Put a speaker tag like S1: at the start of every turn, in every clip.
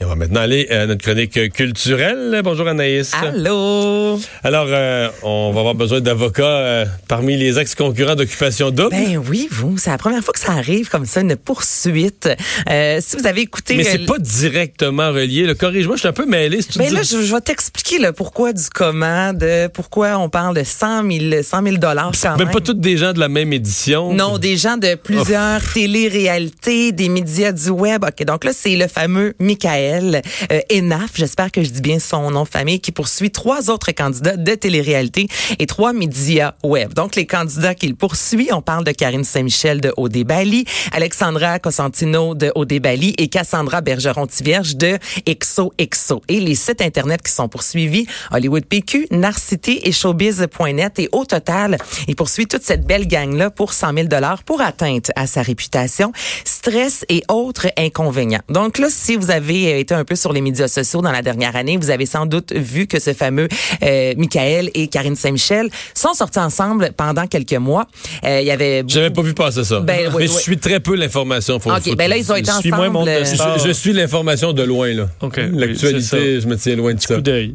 S1: Et on va maintenant aller à notre chronique culturelle. Bonjour Anaïs.
S2: Ah. Allô.
S1: Alors, euh, on va avoir besoin d'avocats euh, parmi les ex-concurrents d'Occupation Double.
S2: Ben oui, vous, c'est la première fois que ça arrive comme ça, une poursuite. Euh, si vous avez écouté...
S1: Mais
S2: euh,
S1: c'est pas directement relié. Le corrige-moi, je suis un peu mêlé. Si tu
S2: Ben
S1: dis-
S2: là, je, je vais t'expliquer le pourquoi du comment, de pourquoi on parle de 100 000, 100 000 dollars quand
S1: Même
S2: même.
S1: pas toutes des gens de la même édition.
S2: Non, des gens de plusieurs télé-réalités, des médias du web. OK, donc là, c'est le fameux Michael euh, Enaf, j'espère que je dis bien son nom de famille, qui poursuit trois autres candidats de télé-réalité et trois médias web. Donc, les candidats qu'il poursuit, on parle de Karine Saint-Michel de Odé Bali, Alexandra Cosentino de Odé Bali et Cassandra Bergeron-Tivierge de XOXO. Et les sites Internet qui sont poursuivis, Hollywood PQ, Narcité et Showbiz.net. Et au total, il poursuit toute cette belle gang-là pour 100 000 pour atteinte à sa réputation, stress et autres inconvénients. Donc là, si vous avez été un peu sur les médias sociaux dans la dernière année, vous avez sans doute vu que ce fameux euh, Michael et Karine Saint-Michel sont sortis ensemble pendant quelques mois. Euh, Il y avait...
S1: J'avais pas vu passer ça.
S2: Ben, oui,
S1: Mais je
S2: oui.
S1: suis très peu l'information. Faut-
S2: OK,
S1: faut-
S2: ben là, ils ont été
S3: suis moins
S2: ensemble.
S3: mon
S2: euh,
S3: test.
S1: Je, je suis l'information de loin, là.
S3: OK, oui, c'est
S1: L'actualité, je me tiens loin de ça.
S3: Coup d'œil.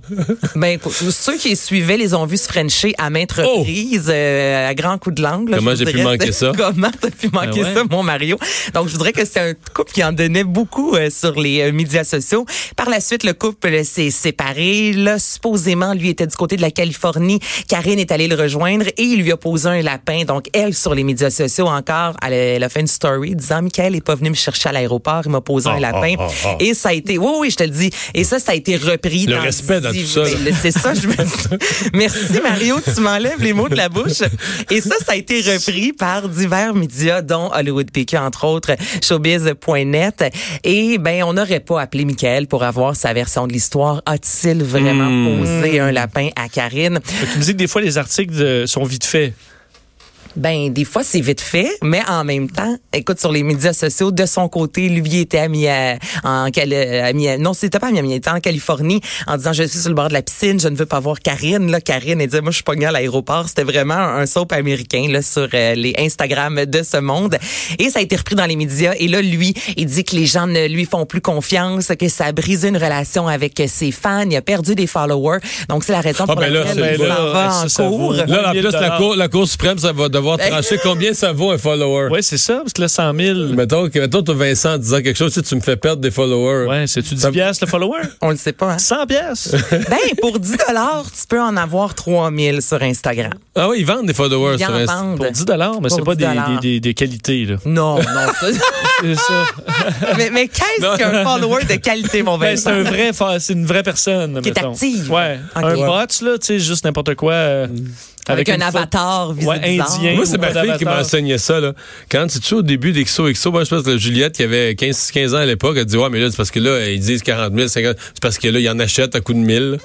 S2: Ben, écoute, ceux qui les suivaient les ont vus se frencher à maintes reprises, euh, à grands coups de langue. là,
S1: Oh! Comment j'ai
S2: je
S1: pu
S2: dirais.
S1: manquer ça? Ben
S2: Comment t'as pu manquer
S3: Ah ouais?
S2: ça, mon Mario? Donc, je voudrais que c'est un couple qui en donnait beaucoup euh, sur les euh, médias sociaux. Par la suite, le couple euh, s'est séparé. Là, supposément, lui était du côté de la Californie. Karine est allée le rejoindre et il lui a posé un lapin. Donc, elle, sur les médias sociaux encore, elle, a- elle a fait une story disant, Michael est pas venu me chercher à l'aéroport, il m'a posé un
S1: Ah,
S2: lapin.
S1: ah, ah, ah.
S2: Et ça a été, oui, oui, je te le dis. Et ça, ça a été repris.
S1: Le
S2: dans
S1: respect dans
S2: dix-
S1: tout ça,
S2: Ben,
S1: là.
S2: le- c'est ça, je me dis. Merci Mario, tu m'enlèves les mots de la bouche. Et ça, ça a été repris par divers médias, dont Hollywood PQ, entre autres, showbiz.net. Et ben, on n'aurait pas appelé Michael pour avoir sa version de l'histoire. A-t-il vraiment
S1: Hmm.
S2: posé un lapin à Karine?
S3: Fait que Tu me dis que des fois, les articles de- sont vite faits.
S2: Ben, des fois, c'est vite fait, mais en même temps, écoute, sur les médias sociaux, de son côté, lui il était à Mia- en Cali- à Mia- non, c'était pas à Miami, il était en Californie, en disant, je suis sur le bord de la piscine, je ne veux pas voir Karine, là. Karine, elle disait, moi, je suis pognée à l'aéroport. C'était vraiment un soap américain, là, sur euh, les Instagram de ce monde. Et ça a été repris dans les médias. Et là, lui, il dit que les gens ne lui font plus confiance, que ça a brisé une relation avec ses fans, il a perdu des followers. Donc, c'est la raison
S1: Ah,
S2: pour
S1: ben là,
S2: laquelle
S1: c'est
S2: il
S1: là,
S2: s'en va en
S3: ça, ça vaut-
S2: cours.
S1: Là, en
S3: 1000
S1: plus, la cour, la cour suprême, ça va devoir
S2: Ben,
S1: trancher combien ça vaut un follower.
S3: Oui, c'est ça, parce que là, 100 000.
S1: Mettons que mettons, t'as Vincent en disant quelque chose, si tu me fais perdre des followers.
S3: Ouais, c'est-tu 10
S1: Ça-
S3: piastres le follower?
S2: On le sait pas, hein?
S3: 100 piastres?
S2: Ben, pour 10 tu peux en avoir 3000 sur Instagram.
S1: Ah oui, ils vendent des followers
S2: Ils
S1: sur
S2: en
S1: Insta.
S2: vendent.
S3: Pour 10 mais c'est
S2: Pour
S3: pas des,
S2: 10
S3: des, des- des qualités, là. Ben,
S2: Non, non. ça-
S3: C'est ça.
S2: mais mais qu'est-ce qu'un follower de qualité, mon
S3: Ben, c'est
S2: Vincent?
S3: un vrai, fa- c'est une vraie personne,
S2: Qui est
S3: mettons.
S2: active.
S3: Ouais.
S2: Ok.
S3: Un bot, là, tu sais, juste n'importe quoi. euh,
S2: Avec,
S3: une
S2: un
S3: photo-
S2: avatar visuel.
S3: Ouais, indien.
S1: Moi, c'est ma fille qui
S3: d'avatar.
S1: m'enseignait ça. Là. Quand tu tu au début d'XOXO, moi, je pense que Juliette, qui avait 15, 15 ans à l'époque, elle dit Ouais, mais là, c'est parce que là, ils disent 40 000, 50 000. C'est parce que là, ils en achètent à coup de 1000.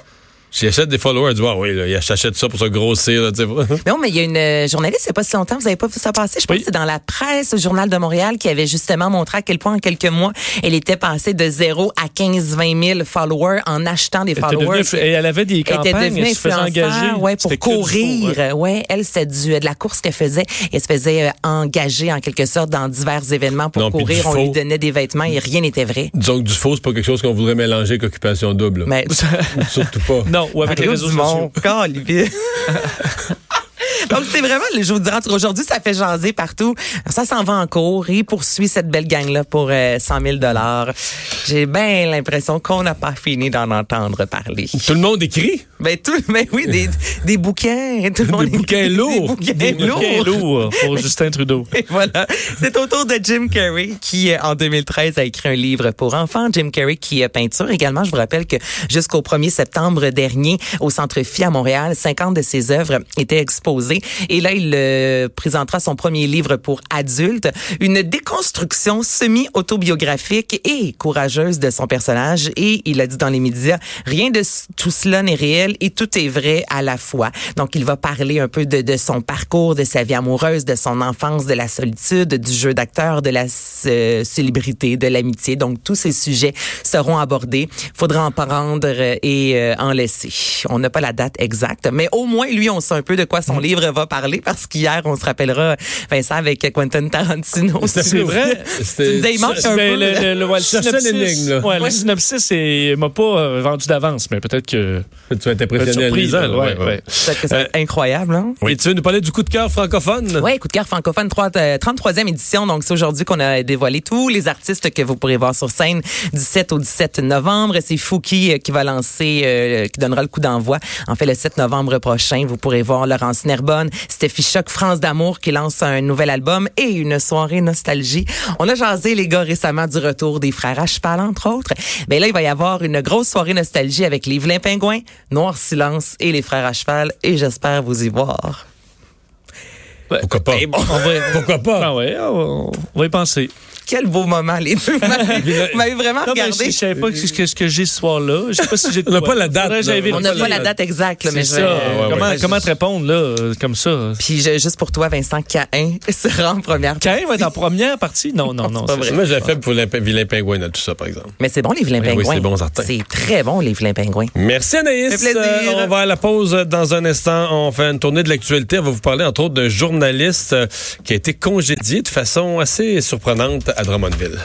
S1: S'ils achètent des followers, elle dit Ah oui, là, ils achètent ça pour se grossir. Là, tu sais.
S2: Non, mais il y a une euh, journaliste, c'est pas si longtemps, vous avez pas vu ça passer. Je pense
S3: Oui.
S2: que c'est dans la presse, au Journal de Montréal, qui avait justement montré à quel point, en quelques mois, elle était passée de 0 à 15-20 000 followers en achetant des
S3: Elle était
S2: followers.
S3: devenue- et elle avait des
S2: Elle était
S3: campagnes,
S2: devenue
S3: elle se faisait engager.
S2: influenceur ouais, pour
S3: C'était que du
S2: courir.
S3: faux, ouais.
S2: Ouais. elle, c'était du- euh, de la course qu'elle faisait. Elle se faisait euh, engager en quelque sorte dans divers événements pour
S1: Non, puis
S2: courir.
S1: du
S2: On lui
S1: faux.
S2: donnait des vêtements et rien n'était vrai.
S1: Disons que du faux, c'est pas quelque chose qu'on voudrait mélanger avec occupation double. là.
S2: Mais
S1: Surtout pas.
S3: Non, ou avec les
S2: Mario
S3: réseaux
S2: Dumont,
S3: sociaux.
S2: câlisse. Donc, c'est vraiment le jour du rentre. Aujourd'hui, ça fait jaser partout. Ça s'en va en cours. Il poursuit cette belle gang-là pour euh, 100 000 J'ai bien l'impression qu'on n'a pas fini d'en entendre parler.
S1: Tout le monde écrit.
S2: Ben, tout, ben oui, des, des bouquins. Tout le monde écrit
S1: bouquins lourds.
S2: Des
S3: Des
S2: bouquins lourds.
S3: bouquins lourds pour Justin Trudeau.
S2: Et voilà. C'est au tour de Jim Carrey qui, euh, en 2013, a écrit un livre pour enfants. Jim Carrey qui est peinture également. Je vous rappelle que jusqu'au 1er septembre dernier, au Centre Phi à Montréal, 50 de ses œuvres étaient exposées. Et là, il euh, présentera son premier livre pour adultes, une déconstruction semi-autobiographique et courageuse de son personnage. Et il a dit dans les médias, rien de s- tout cela n'est réel et tout est vrai à la fois. Donc, il va parler un peu de, de son parcours, de sa vie amoureuse, de son enfance, de la solitude, du jeu d'acteur, de la s- euh, célébrité, de l'amitié. Donc, tous ces sujets seront abordés. Faudra en
S3: Mm.
S2: prendre euh, et euh, en laisser. On n'a pas la date exacte, mais au moins, lui, on sait un peu de quoi son livre livre va parler parce qu'hier, on se rappellera, Vincent, avec Quentin Tarantino.
S3: C'est vrai?
S1: C'était-
S2: C'était- il manque Ah, un
S3: Ben,
S2: peu,
S3: le,
S2: là.
S3: le- le- ouais, le
S1: Cherchez
S3: synopsis,
S1: l'énigme, là.
S3: ouais, le
S2: Ouais.
S3: synopsis est- m'a pas euh, vendu d'avance, mais peut-être que.
S1: Tu vas être
S3: peut-être
S1: impressionné en
S3: surprise,
S1: lisant,
S3: là,
S1: là,
S3: ouais, ouais.
S2: Peut-être que c'est
S3: Euh,
S2: incroyable, hein?
S1: Oui, tu veux nous parler du coup de cœur francophone?
S2: Oui, coup de cœur francophone, trois- euh, 33e édition. Donc, c'est aujourd'hui qu'on a dévoilé tous les artistes que vous pourrez voir sur scène 17 au 17 novembre. C'est Fouki euh, qui va lancer, euh, qui donnera le coup d'envoi. En fait, le 7 novembre prochain, vous pourrez voir Laurence Nerbonne, Steffi Choc, France d'amour qui lance un nouvel album et une soirée nostalgie. On a jasé, les gars, récemment du retour des frères à cheval, entre autres. Mais là, il va y avoir une grosse soirée nostalgie avec les Vilains Pingouins, Noir Silence et les frères à cheval. Et j'espère vous y voir.
S1: Pourquoi pas?
S2: Eh,
S1: Pourquoi pas?
S3: Ah ouais, on, on va y penser.
S2: Quel beau moment, les deux. Vous m'avez- Vous m'avez vraiment
S3: Non, mais je,
S2: regardé.
S3: je savais pas ce que, ce que j'ai ce soir-là. Je sais pas si j'ai. de
S1: On n'a
S3: quoi.
S1: pas la date,
S3: Faudrait que
S1: là.
S3: j'aille
S1: On
S2: On
S3: vérifier.
S2: n'a pas la date exacte, là, mais je
S3: C'est ça.
S2: vais-
S1: ouais,
S3: comment,
S2: ouais.
S3: comment te répondre, là, euh, comme ça?
S2: Puis je- juste pour toi, Vincent, Cain sera en première.
S3: Quand va être en première partie? Non, non, non.
S2: pas
S3: c'est
S2: vrai.
S1: Moi, j'ai fait pour les vilain pingouin dans tout ça, par exemple.
S2: Mais c'est bon, les vilains
S1: Ben Oui, oui,
S2: pingouins.
S1: c'est bon, certain.
S2: C'est très bon, les vilains pingouins.
S1: Merci Anaïs.
S2: Fait plaisir.
S1: Euh, on va à la pause dans un instant. On fait une tournée de l'actualité. On va vous parler entre autres d'un journaliste euh, qui a été congédié de façon assez surprenante à Drummondville.